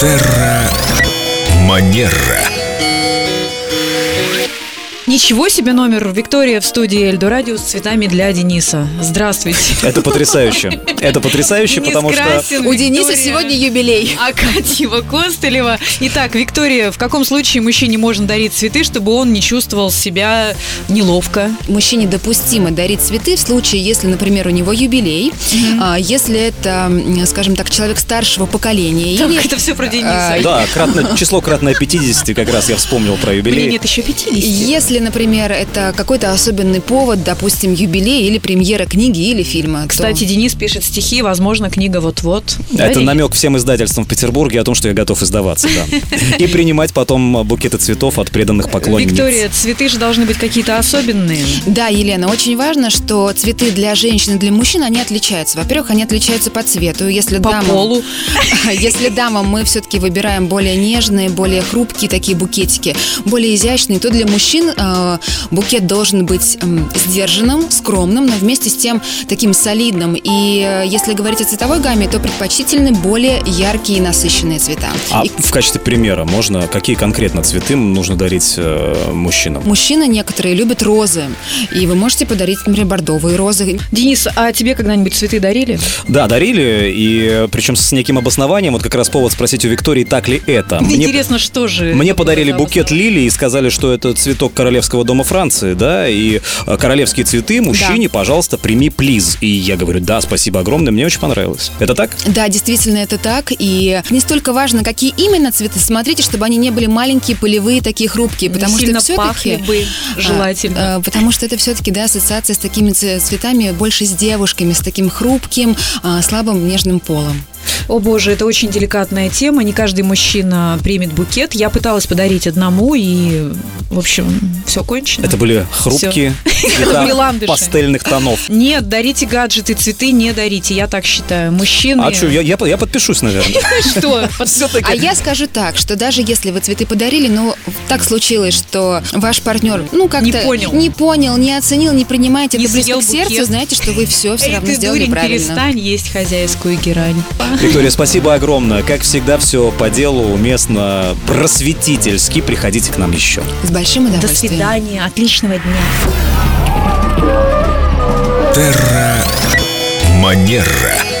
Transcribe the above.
Терра Манера. Ничего себе номер. Виктория в студии Эльдо Радио с цветами для Дениса. Здравствуйте. Это потрясающе. Это потрясающе, Денис потому что... Красин, У Дениса Виктория сегодня юбилей. Акатьева Костылева. Итак, Виктория, в каком случае мужчине можно дарить цветы, чтобы он не чувствовал себя неловко? Мужчине допустимо дарить цветы в случае, если, например, у него юбилей, а, если это, м, скажем так, человек старшего поколения. Там или- это все про а, Дениса. Да, кратно, число кратное 50, как раз я вспомнил про Блин, юбилей. нет, еще 50. Если, например, это какой-то особенный повод, допустим, юбилей или премьера книги или фильма. то- Кстати, Денис пишет стихи, возможно, книга вот-вот. Это Дари. намек всем издательствам в Петербурге о том, что я готов издаваться, да. И принимать потом букеты цветов от преданных поклонниц. Виктория, цветы же должны быть какие-то особенные. Да, Елена, очень важно, что цветы для женщин и для мужчин, они отличаются. Во-первых, они отличаются по цвету. Если По дамам- полу. Если дамам мы все-таки выбираем более нежные, более хрупкие такие букетики, более изящные, то для мужчин э, букет должен быть м, сдержанным, скромным, но вместе с тем таким солидным. И э, если говорить о цветовой гамме, то предпочтительны более яркие и насыщенные цвета. А И в качестве примера можно, какие конкретно цветы нужно дарить э, мужчинам? Мужчины некоторые любят розы, и вы можете подарить, например, бордовые розы. Денис, а тебе когда-нибудь цветы дарили? Да, дарили, и э, причем с неким обоснованием, вот как раз повод спросить у Виктории, так ли это. Мне- Интересно, что же? Мне это подарили за букет обоснование? лилии и сказали, что это цветок королевского дома Франции, да, и э, королевские цветы мужчине, пожалуйста, прими плиз. И я говорю, да, спасибо огромное, мне очень понравилось. Это так? Да, действительно, это так. И не столько важно, какие именно цветы. Смотрите, чтобы они не были маленькие, полевые, такие хрупкие. Не Потому сильно что все-таки... пахли бы, желательно. А, а, Потому что это все-таки да, ассоциация с такими ц- цветами, больше с девушками, с таким хрупким, а, слабым, нежным полом. а, О боже, это очень деликатная тема. Не каждый мужчина примет букет. Я пыталась подарить одному, и, в общем, все кончено. Это были хрупкие были цвета ландыши. пастельных тонов. Нет, дарите гаджеты, цветы не дарите. Я так считаю. Мужчины... А что, я, я, я подпишусь, наверное. Что? А я скажу так, что даже если вы цветы подарили, но так случилось, что ваш партнер, ну как-то Не понял. не понял, не оценил, не принимаете Не это близко съел к букет. сердцу, знаете, что вы все все Эй, равно ты, сделали дурень, правильно. перестань есть хозяйскую герань. Виктория, спасибо огромное. Как всегда, все по делу, уместно, просветительски. Приходите к нам еще. С большим До удовольствием. свидания, отличного дня. Терра Манера.